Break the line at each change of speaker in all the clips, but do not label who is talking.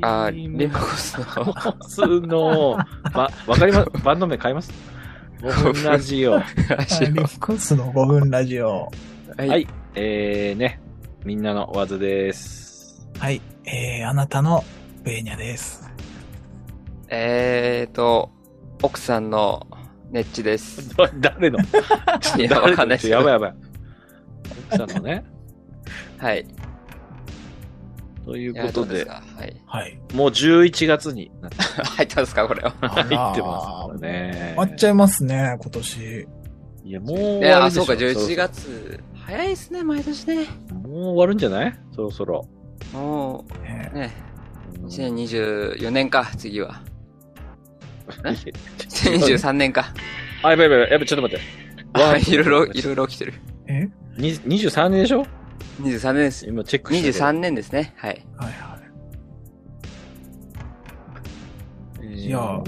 あ、レモスの。
普通の、ば、わかります、バンド名変えます5分ラ ジオ。は、
話
あリ
を
ッコスの5分ラジオ。
はい
えーね、みんなのワ ズです。
はい。えー、あなたのベーニャです。
えーと、奥さんのネッチ です。
だ誰の
いや、
誰
わ
の
かんないですけ
や
ど
ばいやばい。奥さんのね。
はい。
という
い
こ
やど
と
うです
で、
かはい。
はい。
もう11月になって
入ったんですか、これは。
あら
入ってますからね。
終わっちゃいますね、今年。
いや、もう終
い
わ
や、
るでしょ
そうか、11。月。早いですね、毎年ね。
そうそうもう終わるんじゃないそろそろ。
も
ね
う、ね、
うん
2024年か、次 は。
あ
2023年か。
やばいやばいやばい、ちょっと待って。
わあ、 いろいろ、いろいろ起きてる。
え
に23年でしょ
23年です。
今チェックしてる。
23年ですね。はい。
はいはい。
い
いや
は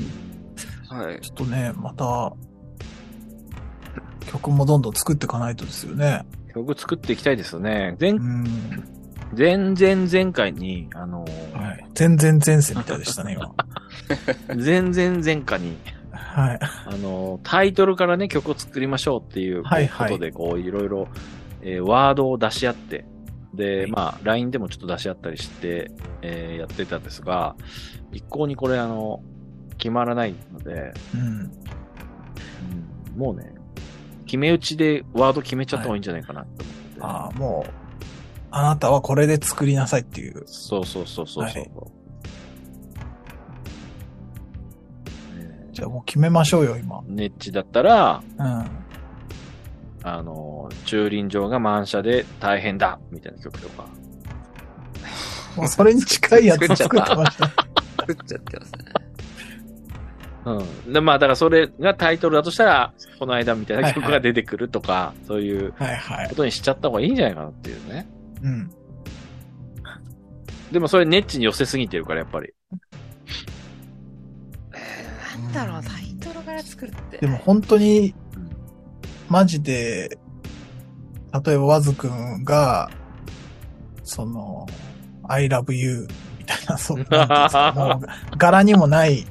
い。
ちょっとね、また、曲もどんどん作っていかないとですよね。
曲作っていきたいですよね。前
う、ん。
前々前回に、あのー、
はい。全然前世みたいでしたね、 今。
前々前回に、
はい。
あのー、タイトルからね、曲を作りましょうっていうこ
はいはい
とで、こう、いろいろ、えーワードを出し合って、
は
で、
い
まあ、LINE でもちょっと出し合ったりして、えーやってたんですが、一向にこれ、あの、決まらないので、
うん。
うんもうね、決め打ちでワード決めちゃった方がいいんじゃないかなって思って。
ああ、もう、あなたはこれで作りなさいっていう。
そうそうそうそうそう。
はい
ね
じゃあもう決めましょうよ、今。
ネッチだったら、
うん。
あの、駐輪場が満車で大変だみたいな曲とか。
もうそれに近いやつを作ってま した。
作っちゃってますね。
うん。でまあ、だからそれがタイトルだとしたら、この間みたいな曲
はいは
が
い
出てくるとか、そういう
はいはい
こ。とにしちゃった方がいいんじゃないかなっていうね。
うん。
でもそれネッチに寄せすぎてるから、やっぱり。
えーなんだろう、タイトルから作るって。
でも本当に
うん
マジで、例えばワズくんが、その、I love you みたいな、そんなん ていうんですかもう柄にもない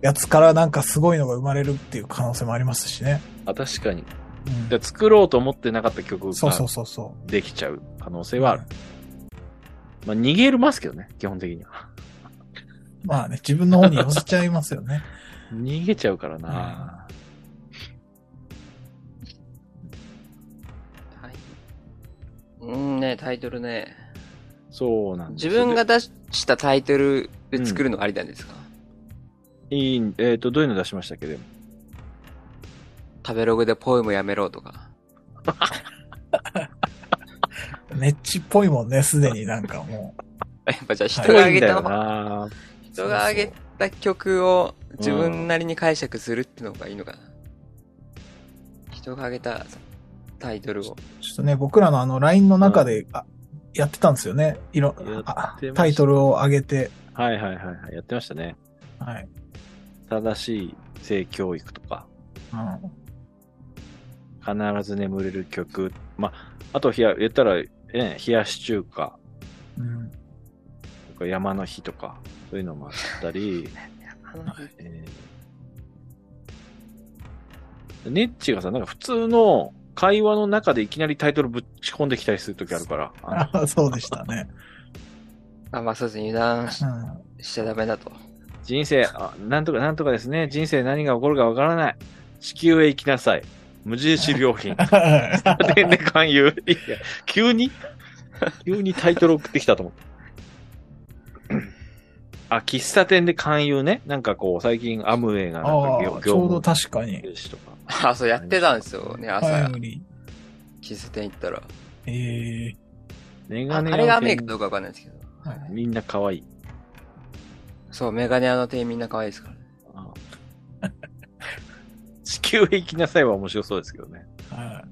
やつからなんかすごいのが生まれるっていう可能性もありますしね。
あ、確かに。
うん
で作ろうと思ってなかった曲
そうそ
が
うそうそ
できちゃう可能
う。
性はある。まあ、逃げるますけどね、基本的には。
まあね、自分の方に寄せちゃいますよ ね。
逃げちゃうからな。
はい。うんね、タイトルね。
そうなんです
自
よ
分が出したタイトルで作るのがありなんですか、
いい、えっ、と、どういうの出しましたっけど
食べログでポエムやめろと か。
ネッチっぽいもんね、すでになんかも
やっぱじゃあ人が
遠
上
いん
げ
だ
た
よ
の、
な。
人が上げた曲を自分なりに解釈するってのがいいのかな。人が上げたタイトルを。
う、ちょっとね、僕らのあの LINE の中で、あやってたんですよね。いろ
やってまし、
あ
た
タイトルを上げて。
はいはいはいはい。やってましたね。
はい。
正しい性教育とか、
うん
必ず眠れる曲。まあ、あと、ひや、言ったら、ね、冷やし中華
うん。
とか山の日とか、そういうのもあったり、
あの
えーネッチがさ、なんか普通の会話の中でいきなりタイトルぶち込んできたりするときあるから、あ
あ そうでしたね。
あ、まあそうですね。油断し
うん。
しちゃダメだと。
の人生あ、なんとかなんとかですね、人生何が起こるかわからない。地球へ行きなさい。無印良品。 天然勧誘。いや、急に 急にタイトル送ってきたと思って。あ、喫茶店で勧誘ね。なんかこう、最近アムウェイがなん
あ
か
あ
業業、
ちょうど
務
確かに。
停止とか。
あ、そうやってたんですよね、朝、
タイムリ
喫茶店行ったら。
ー。ええ
メ
ああ
ガネ
れが
屋の
メイク
店
どうかわかんないですけど。
はい
みんな可愛い。
そう、メガネ屋の店員みんな可愛いですからね。
ああ 地球へ行きなさいは面白そうですけどね。
は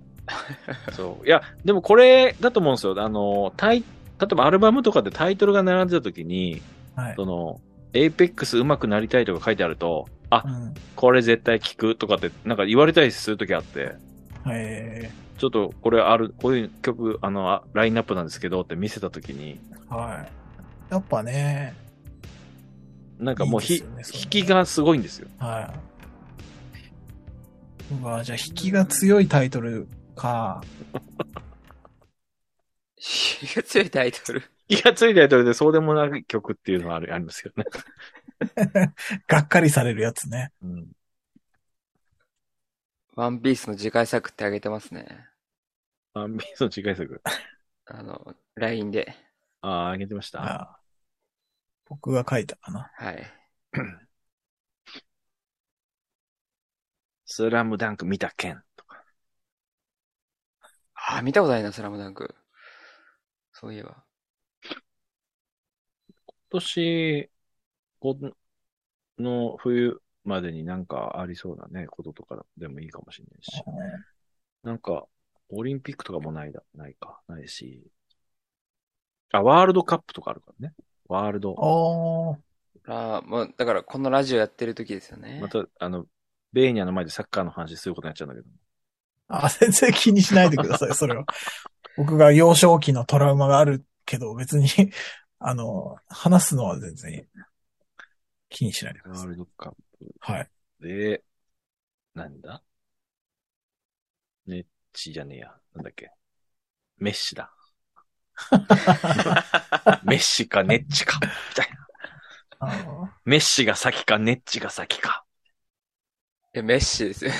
そう。いや、でもこれだと思うんですよ。あの、タイ、例えばアルバムとかでタイトルが並んでた時に、
い。はい。
その、エイペックス上手くなりたいとか書いてあると、あ
う、ん。
これ絶対聞くとかって、なんか言われたりする時あって、
え
ちょっとこれある、こういう曲、あの、あラインナップなんですけどって見せた時に、
えはい。やっぱね、
なんかもうひ
いいですよね
引きがすごいんですよ。
はい。うわ、じゃあ引きが強いタイトルか。
引きが強いタイトル。
引きがついたりとでそうでもない曲っていうのはあるありますよね。
がっかりされるやつね。
うん、
ワンピースの次回作ってあげてますね。
あ、ミーの次回作。
あの、LINE で。
ああ、あげてました。
あ僕が書いたかな。
はい。
スラムダンク見た件とか。
ああ、見たことないな、スラムダンク。そういえば。
今年、この冬までになんかありそうなね、こととかでもいいかもしれないし。なんか、オリンピックとかもないだ、ないか、ないし。あ、ワールドカップとかあるからね。ワールド。
おー、
ああ、もう、だから、このラジオやってる時ですよね。
また、あの、ベーニャの前でサッカーの話することになっちゃうんだけど。
あ、 全然気にしないでください、それは。僕が幼少期のトラウマがあるけど、別に、あの、話すのは全然気にしないでくだ
ワ
さ
ー
い。
ルドカッ
はい。
プで、なんだネッチじゃねえや。なんだっけメッシだ。メッシかネッチか。みたいな。
あの
メッシが先かネッチが先か。
いや、メッシですよ ね。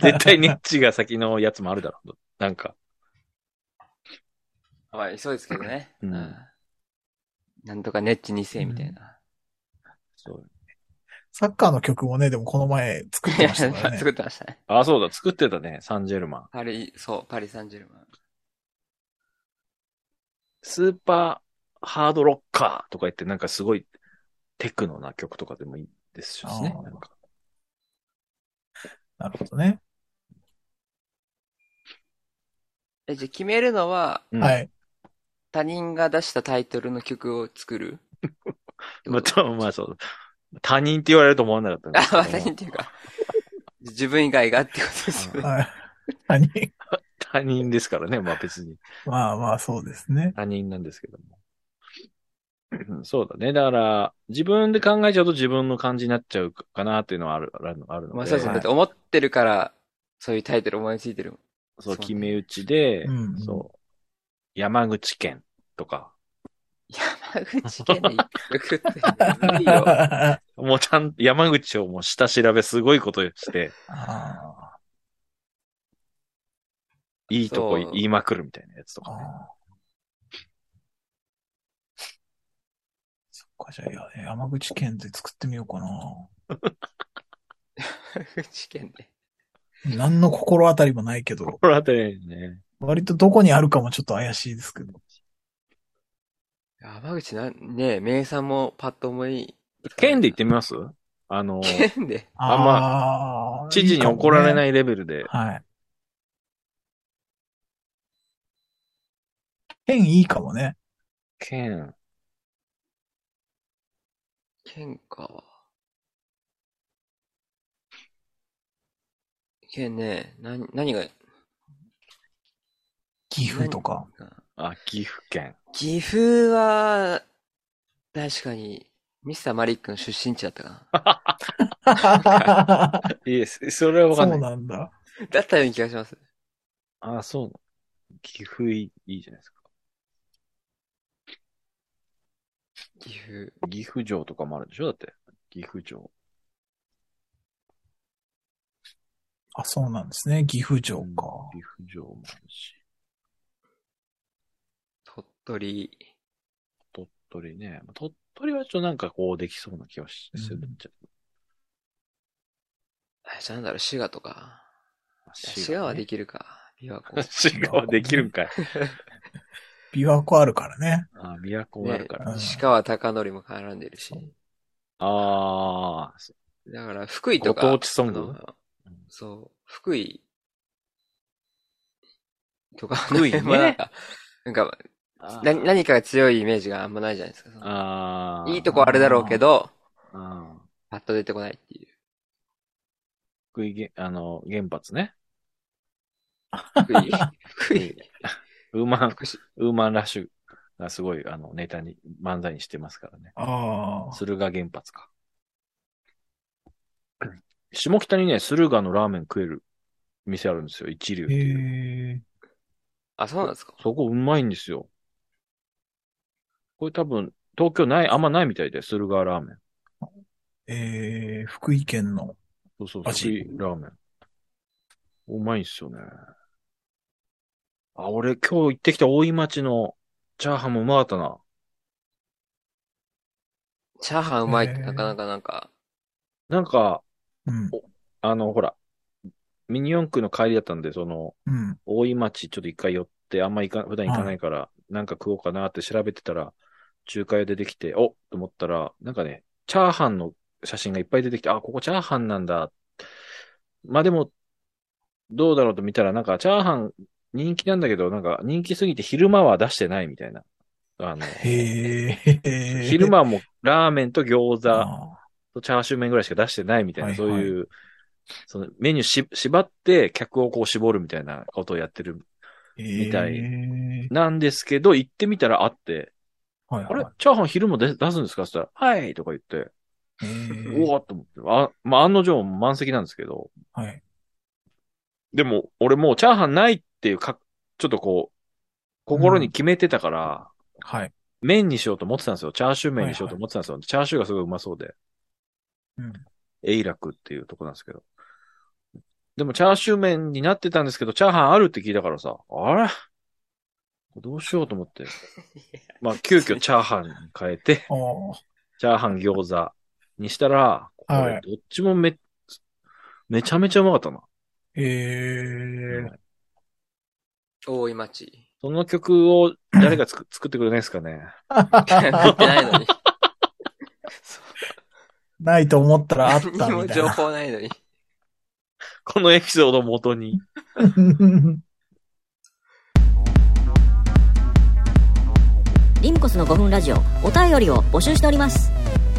絶対ネッチが先のやつもあるだろう。なんか。
まあ、いそうですけどね。
うん
なんとかネッチ2世みたいな。
そう。
サッカーの曲もね、でもこの前作ってましたから ね
作。ってましたね。
あ、そうだ。作ってたね。サンジェルマン。
パリ、そう、パリ・サンジェルマン。
スーパーハードロッカーとか言って、なんかすごいテクノな曲とかでもいいですしね。
あー
なんか
なるほどね。
え、じゃあ決めるのは、
うん
はい。
他人が出したタイトルの曲を作る
まあ、ちょまあ、そう。他人って言われると思わなかったんで
あ、
すけども
私っていうか、自分以外がってことですよね。
はい。何
他人ですからね。まあ別に
まあまあ、そうですね。
他人なんですけども。うんそうだね。だから、自分で考えちゃうと自分の感じになっちゃうかなっていうのはある、あるあるので。
まあそうですね。
はい
だって思ってるから、そういうタイトル思いついてる。
そう、
そうね
決め打ちで、
うん
そう。山口県とか。
山口県で一曲ってむ ずいよ。
もうちゃん、山口をもう下調べすごいことして、
あ
いいとこ
そう
言いまくるみたいなやつと
ー
かね。
あー。そっか、じゃあいや、山口県で作ってみようかな。
山口県で。
何の心当たりもないけど、
これあたりね。
割とどこにあるかもちょっと怪しいですけど。
山口なん、ねえ、名産もパッと思い。
県で行ってみますあの、
県で。
あんま
あー
知事に怒られない
い
いレベルで。
かもね。はい。県いいかもね。
県。
県か。県ね、何、何が、
岐阜とか。
あ、岐阜県。
岐阜は、確かに、ミスターマリックの出身地だったかな。
いいです。それはわ
そ
かんな
う
い。
なんだ。
だったような気がします。
あ、そうなの。岐阜いいいいじゃないですか。
岐阜。
岐阜城とかもあるでしょだって。岐阜城。
あ、そうなんですね。岐阜城
うん
か。
岐阜城もあるし。
鳥取。
鳥取ね。鳥取はちょっとなんかこうできそうな気がし
うん
するんじゃ
あじゃあなんだろう、滋賀とか。
ない
いや滋賀はで
き
きるか。琵琶湖。
る。滋賀はできるんかい。
琵琶湖あるからね。
あ、都があるから。
ねうん
石川貴則も絡んでるし。
ああ、そ
だから、福井とか。
ご当地ソング
あのそう。福井。とか、
福井 ね
まあなんか、なんか
あー
な何かが強いイメージがあんまないじゃないですか。その
あー
いいとこあるだろうけど、
あー
パッと出てこないっていう。
福井げ、あの、原発ね。
福井。福井。
ウーマン、
福島
ウーマンラッシュがすごい、あの、ネタに、漫才にしてますからね。
ああ。
駿河原 発か。下北にね、駿河のラーメン食える店あるんですよ。一流って
へ
いう。
え。
あ、そうなんですか
そこうまいんですよ。これ多分、東京ない、あんまないみたいで、駿河ラーメン。
えー、福井県の。
そうそう、
マジ
福井ラーメン。うまいんすよね。あ、俺今日行ってきた大井町のチャーハンもうまかったな。
チャーハンうまいって
へー
なかなかなんか、
なんか、
うん。
あの、ほら、ミニ四駆の帰りだったんで、その、
うん。
大井町ちょっと一回寄って、あんま行か、普段行かないから、なんか食おうかなって調べてたら、中華屋出てきて、おっと思ったら、なんかね、チャーハンの写真がいっぱい出てきて、あ、ここチャーハンなんだ。まあでも、どうだろうと見たら、なんかチャーハン人気なんだけど、なんか人気すぎて昼間は出してないみたいな。あの、
へえ。
昼間もラーメンと餃子、
あ
チャーシュー麺ぐらいしか出してないみたいな、
はい
そ
はいう
いう、そのメニューし縛って客をこう絞るみたいなことをやってる。
ー。
みたい
へー
なんですけど、行ってみたらあって、
はい
あ
は
れ
い。
チャーハン昼も出出すんですかって言ったら、はいとか言って、
へー
うわーっと思って、あ、まあ案の定満席なんですけど、
はい。
でも俺もうチャーハンないっていうか、ちょっとこう、心に決めてたから、
はい。
麺にしようと思ってたんですよ。チャーシュー麺にしようと思ってたんですよ。チャーシューがすごいうまそうで。
うん。
永楽っていうとこなんですけど。でも、チャーシュー麺になってたんですけど、チャーハンあるって聞いたからさ、あれどうしようと思 って。まあ、急遽チャーハンに変えて、
あー
チャーハン餃子にしたら、こ
は
れ
い
どっちもめ、めちゃめちゃうまかったな。
へえ。
大井町。
その曲を誰がつく作ってくれないですかね。
見てないのに。そう
ないと思った らあったみた
何 も
い
情
な。
報ないのに。
このエピソードを元に。
リムコスの5分ラジオお便りを募集しております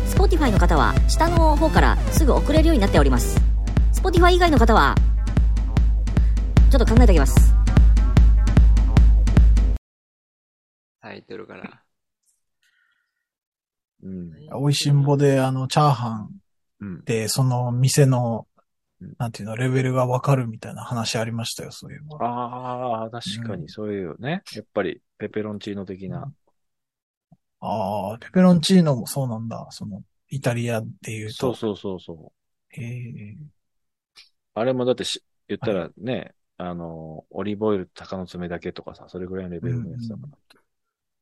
Spotify の方は下の方からすぐ送れるようになっております Spotify 以外の方はちょっと考えておきます
タイトルから。
うん。
おいしんぼで、あの、チャーハン
うん。
で、その店の
うん、
なんていうの、レベルがわかるみたいな話ありましたよ、そういうの。
ああ、確かにそういうね。やっぱり、ペペロンチーノ的な。
ああ、ペペロンチーノもそうなんだ。その、イタリアっていうと。
そうそうそうそう。
へえ。
あれもだってし、言ったらね、あの、オリーブオイル、鷹の爪だけとかさ、それぐらいのレベルのやつだから。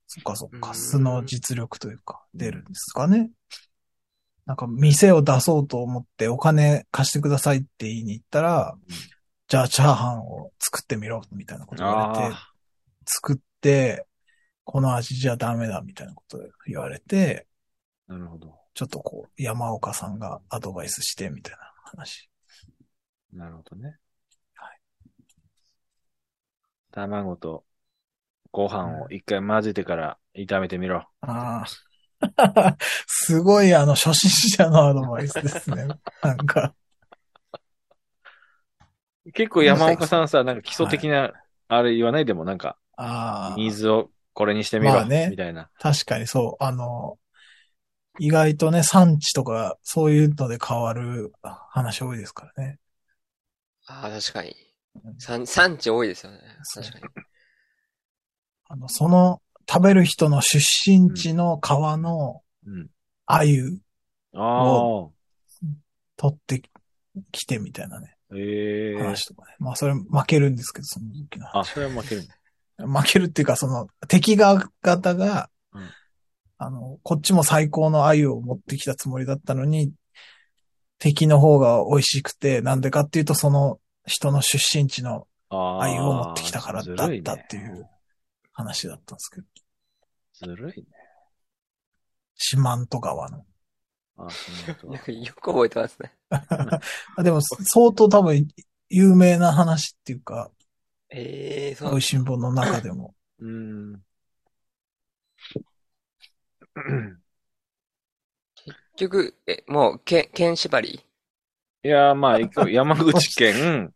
そっかそっ
う
か、
ん
素の実力というか、出るんですかね。なんか、店を出そうと思って、お金貸してくださいって言いに行ったら、じゃあチャーハンを作ってみろ、みたいなこと言われて、
あ
作って、この味じゃダメだ、みたいなこと言われて、
あ、なるほど。
ちょっとこう、山岡さんがアドバイスして、みたいな話。
なるほどね。
は
卵とご飯を一回混ぜてから炒めてみろ。
ああ。 すごい、あの、初心者のアドバイスですね。なんか、
結構山岡さんさ、なんか基礎的な、あれ言わないでもなんか、
ああ。
ニーズをこれにしてみろ、
まあね
みたいな。
確かにそう。あの、意外とね、産地とか、そういうので変わる話多いですからね。
ああ、確かに。産産地多いですよね。
そう
確かに。
あの、その、食べる人の出身地の皮の
うん。
鮎
ああ、
取ってきてみたいなね、
ええ
話とかね。まあ、それ負けるんですけど、その時の話
あ、それは負ける。
負けるっていうか、その、敵側方が、
うん
あの、こっちも最高の鮎を持ってきたつもりだったのに、敵の方が美味しくて、なんでかっていうと、その人の出身地の
ああ。
鮎を持ってきたからだ
ずるいね
ったっていう話だったんですけど、
ずるいね。
四万十川の。
あそんなことは
なんかよく覚えてますね。
あでも、相当多分、有名な話っていうか、
ええそう
美味しんぼの中で も。
うーん。
結局、え、もう、け、県縛り
いやー、まあ、一 応山口県、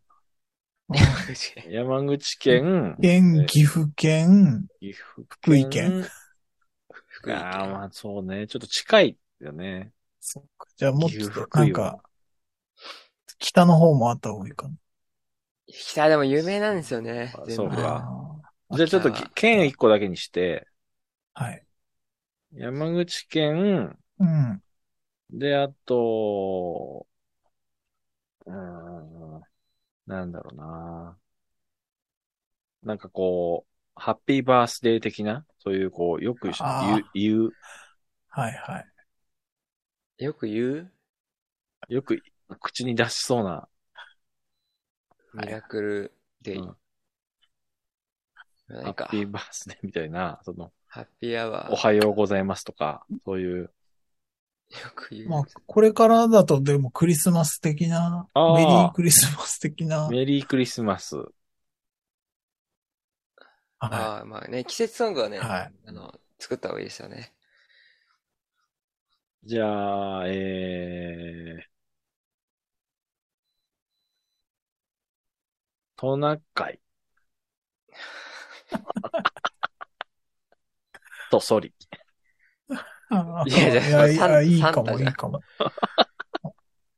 山口県
山口県、
県、岐阜県、
岐阜
福井県、
福井県。
ああ、まあそうね。ちょっと近いよね。
そっか。じゃあもっ
岐阜
と、
福
なん
井は
か、北の方もあった方がいいかな。
北でも有名なんですよね
あ。
全部
そうか
あー
じゃあちょっと
秋田は
県一個だけにして、
はい。
山口県、
うん。
で、あと、うーん、なんだろうな。なんかこう、ハッピーバースデー的な、そういうこう、よく言う
あ、
言う
はいはい。
よく言う
よく口に出しそうな、
ミラクルデイ。
うん
な
ハ
いか
ッ。ピーバースデーみたいな、その、
ハッピーアワー。
おはようございますとか、そういう、
よく言う。
まあ、これからだとでもクリスマス的な、
あー
メリークリスマス的な、
メリークリスマス。
は
ああ、まあね、季節ソングはね、
い。はい。
あの、作った方がいいですよね。
じゃあ、えー、トナカ イ。と、ソリ。
あ
いやじゃあ
い
サン
やいい
サン
か
タ
も、い
じゃん
いかも。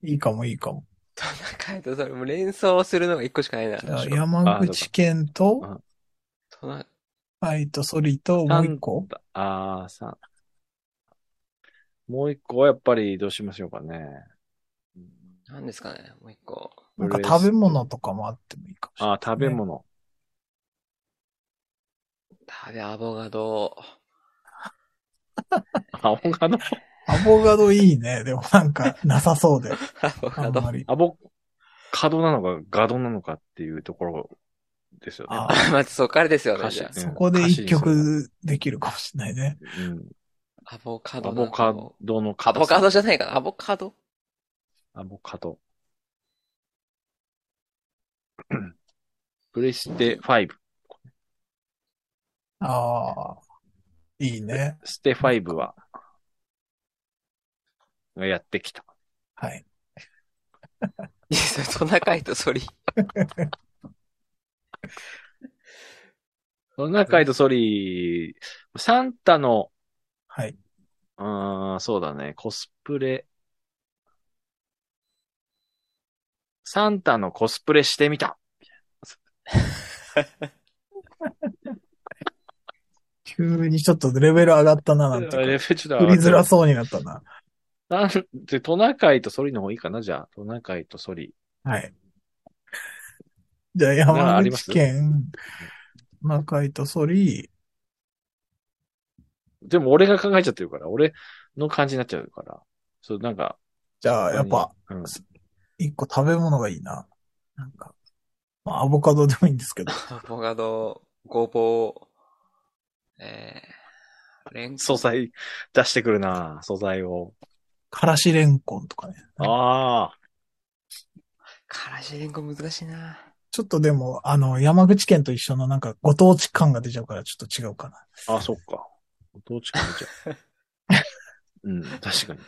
いいかも、いいかも。
トナカイとそれ、もう連想するのが一個しかないな。
じゃあ、
どうしよう
山口県
あ
と、
トナ、
アイとソリと、もう一個
あー、さもう一個はやっぱりどうしましょうかね。
なんですかね、もう一個。
なんか食べ物とかもあってもいいかもしれない。
あー、食べ物。
食べ、アボガド。
アボカド
アボガドいいね。でもなんか、なさそうで。
アボ
あ
ガ
ん
ド。
まり。
アボカドなのか、ガドなのかっていうところですよね。
あ
まずそっからですよね、
歌詞
じゃ
ね
そこで一曲できるかもしれないね。
うん
あ。アボカド
ア
なの。
ボカドの
ア
硬
ボ
さ
カドじゃないかな、アボカド
アボカド。 プレステ5。
ああ。いいね。
ステ5は、がやってきた。
はい。
いや、それトナカイとソリ。
トナカイとソリー、サンタの、
はい。
うーん、そうだね、コスプレ。サンタのコスプレしてみた。
急にちょっとレベル上がったな、なんて
レベ
いう
ルちょっ
か。
と
振りづら
す
そうになったな。
で、トナカイとソリの方がいいかな、じゃあ。トナカイとソリ。
はい。じゃあ、山口県、中井とソリ、
でも俺が考えちゃってるから、俺の感じになっちゃうから。そう、なんか、
じゃあ、やっぱ、
うん、
一個食べ物がいいな。なんか、まあ、アボカドでもいいんですけど。
アボカド、ごぼう、えー、レンコ
素
ン。
材出してくるな素材を。
からしレンコンとかね。
ああ、
からしレンコン難しいな。
ちょっとでも、あの、山口県と一緒のなんかご当地感が出ちゃうからちょっと違うかな。
あ、そっか。どっちかにじゃ う。うん、確かに。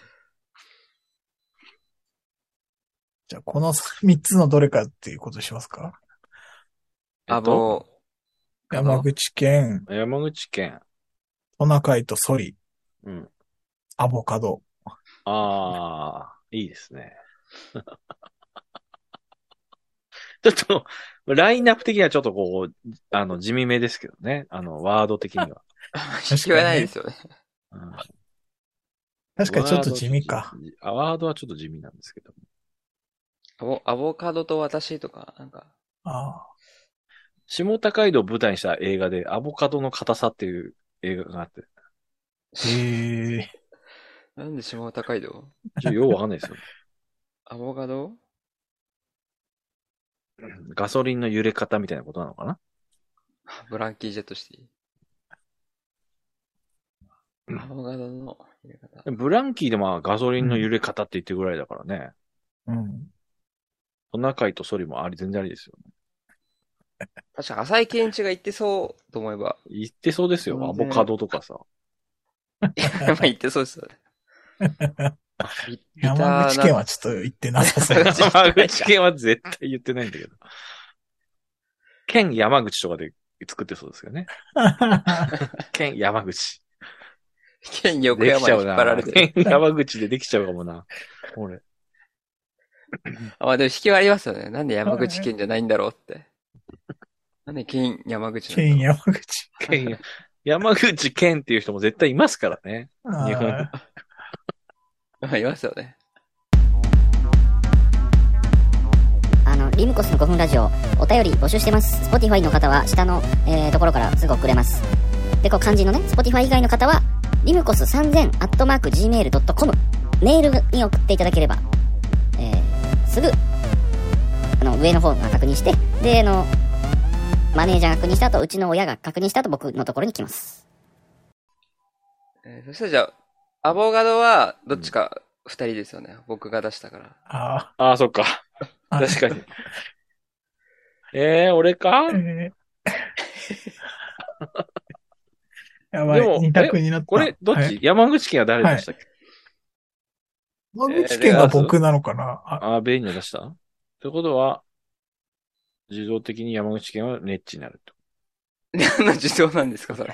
じゃあ、この三つのどれかっていうことにしますか
アボガド
山口県、
えっと山口県。
トナカイとソリ、
うん。
アボカド。
ああ、 いいですね。 ちょっと、ラインナップ的にはちょっとこう、あの、地味めですけどね。あの、ワード的には。
引きはないですよね。
うん
確かにちょっと地味か。。
ワードワードはちょっと地味なんですけど。
アボ、アボカドと私とか、なんか、
あ
下高井戸を舞台にした映画で、アボカドの硬さっていう映画があって、
あ。へえ。
なんで下高いの
ちょっとようわかんないで すよ。
アボカド
ガソリンの揺れ方みたいなことなのかな
ブランキー・ジェットシテ
うん
ィ。アボカドの入れ方。
ブランキーでもガソリンの揺れ方って言ってるぐらいだからね。
うん。
トナカイとソリもあり、全然ありですよ、ね。
確か、浅井健一が言ってそうと思えば。
言ってそうですよ。アボカドとかさ。
いやまあ言ってそうですよね。ビビターな
山口県はちょっと行ってなさそう
う。ん
山口県は絶対言ってないんだけど。県山口とかで作ってそうですよね。県山口。
県横
でき
山
ち
に
ゃ
引
う
っ
な。
張られてる。
山口でできちゃうかもな。俺。
あ、まあでも引きはありますよね。なんで山口県じゃないんだろうって。なんで県山口なんだろう
県山口。
県山口県っていう人も絶対いますからね。
あ
日本
ー
ありますよね。
あの、リムコスの5分ラジオ、お便り募集してます。Spotify の方は下の、えーところからすぐ送れます。で、こう漢字のね、Spotify 以外の方は、リムコス3000 gmail.com メールに送っていただければ、えーすぐ、あの、上の方が確認して、で、あの、マネージャーが確認した後、うちの親が確認した後、僕のところに来ます。
えーそしたらじゃあ、アボガドはどっちか二人ですよね。僕が出したから。
あ
ああ、そっ か。
ー。
確かに。ええー、俺か
えーやばい
でも、
二択になった。
これ、どっち、
はい
山口県は誰でしたっけ、
山口県が僕なのかなあ
ああ、ベイニャ出したってことは、自動的に山口県はネッチになると。
何の自動なんですか、それ。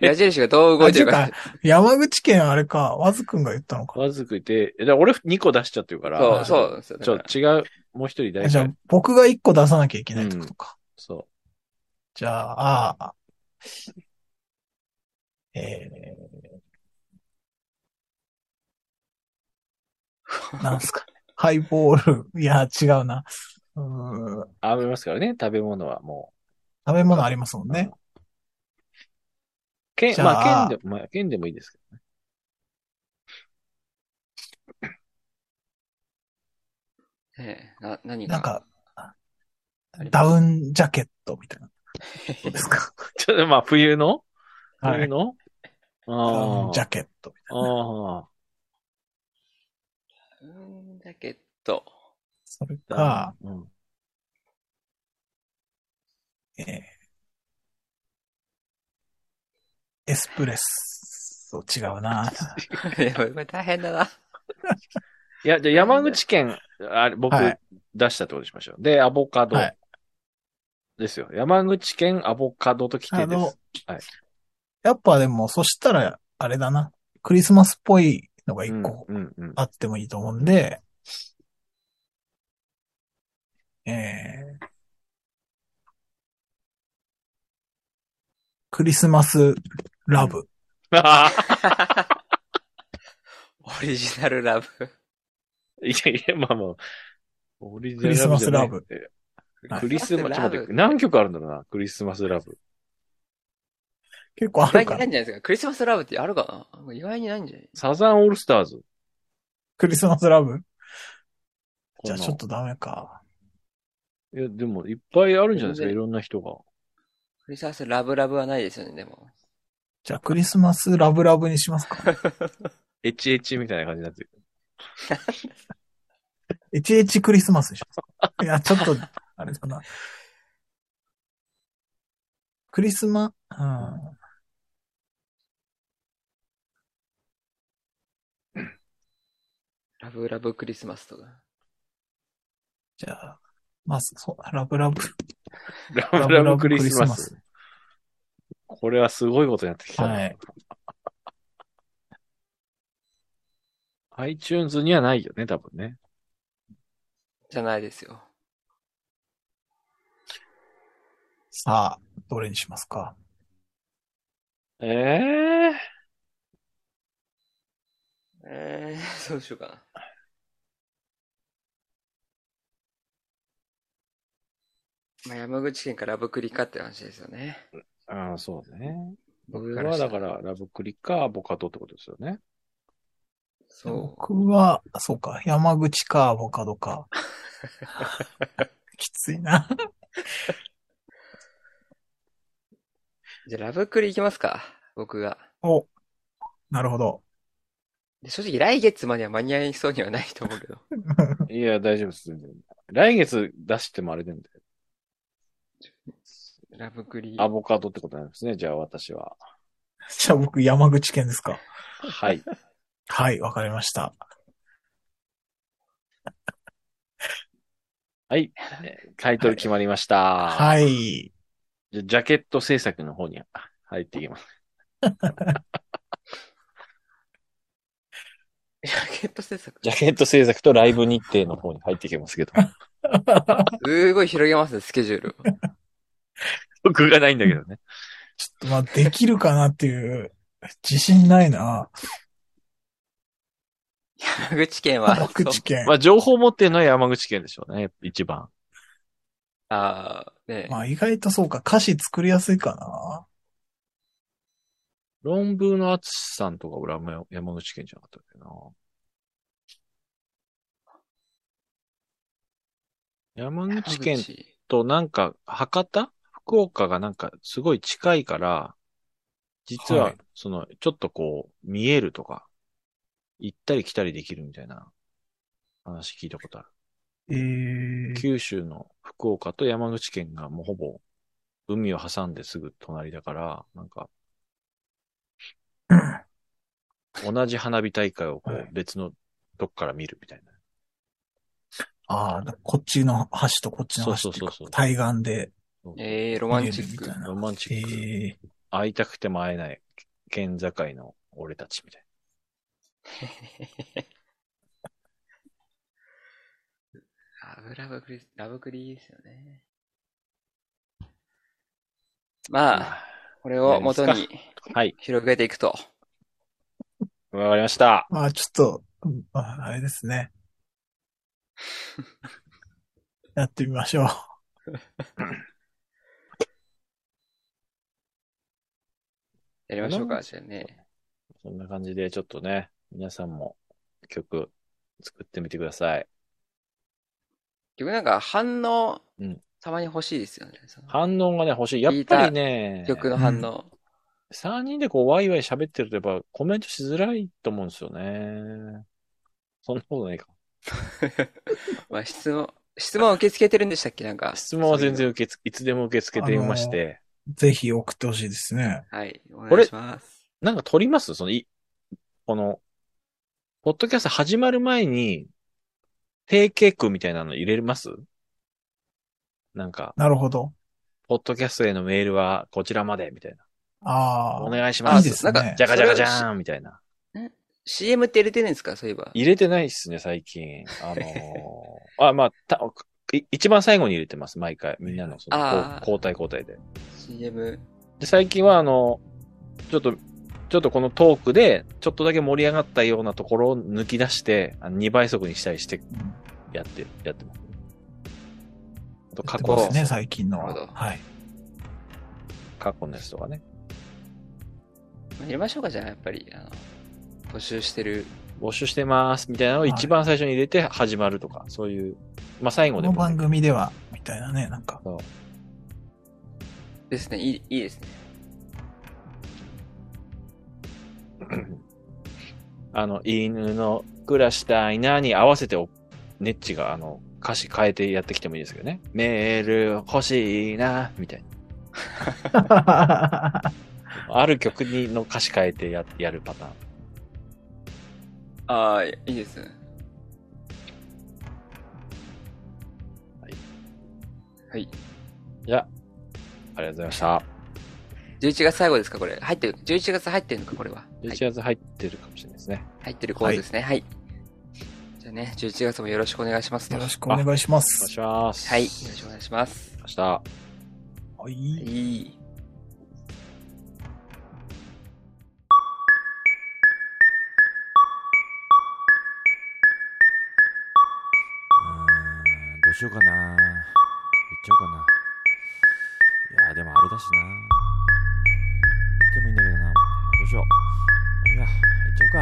矢印がどう動いてるか
あ違う。山口県あれか、わずくんが言ったのか。
わずくいて、えだから俺2個出しちゃってるから。
そう、
う
そうですよ。だ
ち
か
ょ
ら、
違う、もう一人大
じゃあ
体。、
僕が一個出さなきゃいけないってことか。
そ
じゃあ、ああ。えー、なんすか。ハイボール。いや、違うな。うーん
う。ありますからね、食べ物はも
食べ物ありますもん
う。
ね。。
県、
じゃあ
まあ県でも、まあ県でもいいですけ
ええな、何が
なんか、
あります
ダウンジャケットみたいな。どうですか
ど。ちょっとまあ冬の
は
冬
い。
の、
ダ
あ
ウ
あ
ンジャケットみたいな。
ああ。
うんだけど、
それか、
うん。
えーエスプレッソ。違うな。
やばいこれ大変だな。
いや、じゃあ山口県、あれ、僕、
はい
出したってことにしましょう。で、アボカド。
はい
ですよ。山口県アボカドと規定
あ
で
の
す。はい、
やっぱでも、そしたら、あれだな。クリスマスっぽいのが一
うん
個
うんうん。
あってもいいと思うんで、えー、クリスマスラブ。
あ
オリジナルラブ。
ーいやいや、まあまあ。オリジ
クリスマスラブ
ナルじゃなくて
はい
クリスマス、ちょっと待っ
ラ
て、
ブ
何曲あるんだろうな、クリスマスラブ。
結構あ
意外
る
にな
か
い
ら
ん。じゃないですか。クリスマスラブってあるかな意外にないんじゃない
サザンオールスターズ。
クリスマスラブじゃ
この
あちょっとダメか。
いや、でも、いっぱいあるんじゃないです
全然
か、いろんな人が。
クリスマスラブラブはないですよね、でも。
じゃあクリスマスラブラブにしますか。
エチエチみたいな感じになってる。
HH クリスマスにしますか。いや、ちょっと、あれだな。クリスマ、うん。
ラブラブクリスマスとか。
じゃあ、まあ、そう、ラブラブ。
ラ
ラ
ブ
ブ
ラ
ラ
ブ
ブ
ク
ク
リ
リ
ス
ス
マ
マ
ス
ス。
これはすごいことになってきたな。
はい。
iTunes にはないよね、多分ね。
じゃないですよ。
さあ、どれにしますか。
ええ
えー、どうしようかな。まあ、山口県かラブクリかって話ですよね。
ああ、そうね。僕
僕から
は
した
だ
ら
から、ラブクリかアボカドってことですよね。
そ
僕は、そうか、山口か、アボカドか。きついな。
う。じゃあラブクリ行きますか。僕が。
お、なるほど。
で正直来月までは間に合いそうにはないと思うけ ど。
いや、大丈夫です。全然来月出してもあれなんで、
ラブクリ。
アボカドってことなんですね。じゃあ私は。
じゃあ僕、山口県ですか。
はい。
はい、わかりました。
はい。えータイトル決まりました。
はい。
じゃあジャケット制作の方に入っていきます。
ジャケット制作。
ジャケット制作とライブ日程の方に入ってきますけど。
すごい広げますね、スケジュールを。
僕がないんだけどね。
ちょっとまあ、できるかなっていう、自信ないな。
山口県は、
山口県。
まあ、情報持ってるのは山口県でしょうね、一番。
ああ、ね、
まあ、意外とそうか、歌詞作りやすいかな。
論文の厚さんとか俺はもう山口県じゃなかったっけな。山口県となんか博多福岡がなんかすごい近いから、実
は
はいそのちょっとこう見えるとか、行ったり来たりできるみたいな話聞いたことある。
ええ
九州の福岡と山口県がもうほぼ海を挟んですぐ隣だから、なんか、同じ花火大会をこ
は
う
い
別のとこから見るみたいな。
ああ、こっちの橋とこっちの橋ってい
そうそうう
か
そうそう
対岸で
ええロマ
見
ン
れ
チ
るみ
ック
たい。な。
ロマンチック
ええ
会いたくても会えない県境の俺たちみたい
ラブラブクリス、ラブクリですよね。まあ、
な。
これを元
やり
に
はい、
広げていくと。
わかりました。
まあ、ちょっと、うんまあ、あれですね。 やってみましょう。
やりましょう
ロマ
か、
ン
じゃあね。
そんな感じでちょっとね、皆さんも曲作ってみてください。
結局なんか反応
うん、
たまに欲しいですよね。その
反応がね、欲しい。やっぱりね、
曲の反応。
3人でこうワイワイ喋ってるとやっぱコメントしづらいと思うんですよね。そんなことないか。
まあ質問、質問受け付けてるんでしたっけなんか。
質問は全然受け付け、いつでも受け付けていまして。
ぜひ送ってほしいですね。
はい、お
こ
願
れ
いします。
なんか撮りますその、い、この、ポッドキャスト始まる前に、定型句みたいなの入れますなんか、
なるほど。
ポッドキャストへのメールはこちらまで、みたいな。
あ
お
あ、
願いし
あ
ま
いい
す。
ですね。
なんか
じゃかじゃかじゃ
それ
ーん、みたいな。
CM って入れてるんですかそういえば。
入れてないっすね、最近。あのー あ、まあ、た、い一番最後に入れてます、毎回。みんなの、その、
あー
こう交代交代で。
CM。
で、最近は、あの、ちょっと、ちょっとこのトークで、ちょっとだけ盛り上がったようなところを抜き出して、あの2倍速にしたりして、やって、やってます。あと、過
過
去
去
の
ですね、最近の
なるほ
は。
ど
はい。
過去のやつとかね。
まあ入れましょうか、じゃあ、やっぱり。あの募集してる。
募集してます、みたいなのを一番最初に入れて始まるとか、そういう、まあ、最後
こ
で
の
も、
番組では、みたいなね、なんか。
ですね、いい、いいですね。
あの、犬の暮らした稲に合わせてお、ネッチが、あの、歌詞変えてやってきてもいいですけどね。メール欲しいな、みたいな。ある曲にの歌詞変えてや、やるパターン。
ああ、いいですね。。
はい
はい。
じゃあ、ありがとうございました。
11月最後ですか、これ。入ってる、11月入ってるのか、これは。はい、
11月入ってるかもしれないですね。
入ってるコードですね。はい。じゃあね、11月もよろしくお願いしますと。
よろしくお願いしま
お願い
す。
します。
はい。よろしくお願いします。
明日。
はい
いい。
うーんどうしようかな。言っちゃおうかな。いや、でもあれだしな。言ってもいいんだけどな。まあどうしよう。いいや、行っちゃうか。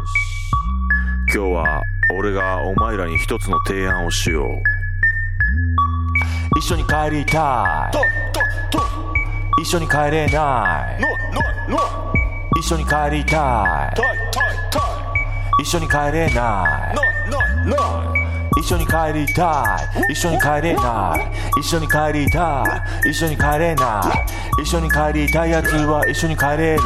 よし。
今日は俺がお前らに一つの提案をしよう
一緒に帰りたい一緒に帰れない一緒に帰りたい一緒に帰れない一緒に帰りたい一緒に帰れない一緒に帰りたい一緒に帰れない一緒に帰りたいやつは一緒に帰れる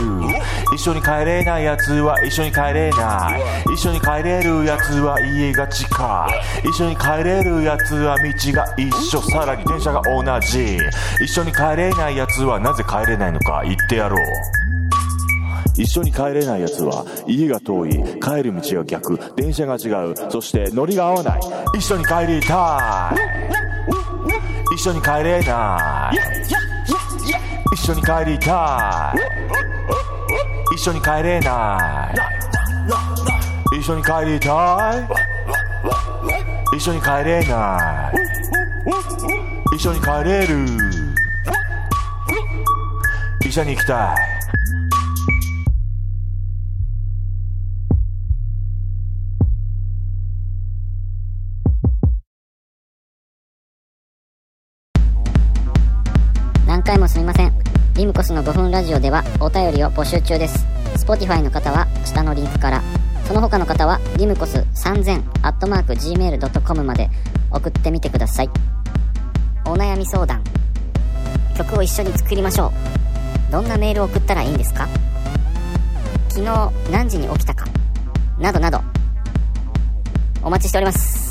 一緒に帰れないやつは一緒に帰れない一緒に帰れるやつは家が近い一緒に帰れるやつは道が一緒さらに電車が同じ一緒に帰れないやつはなぜ帰れないのか言ってやろう一緒に帰れない奴は家が遠い帰る道が逆電車が違うそして乗りが合わない一緒に帰りたい一緒に帰れない一緒に帰りたい一緒に帰れない一緒に帰りたい一緒に帰れない一緒に帰れる医者に行きたい
何回もすみませんリムコスの5分ラジオではお便りを募集中です Spotify の方は下のリンクからその他の方はリムコス3000 gmail.com まで送ってみてくださいお悩み相談曲を一緒に作りましょうどんなメールを送ったらいいんですか昨日何時に起きたかなどなどお待ちしております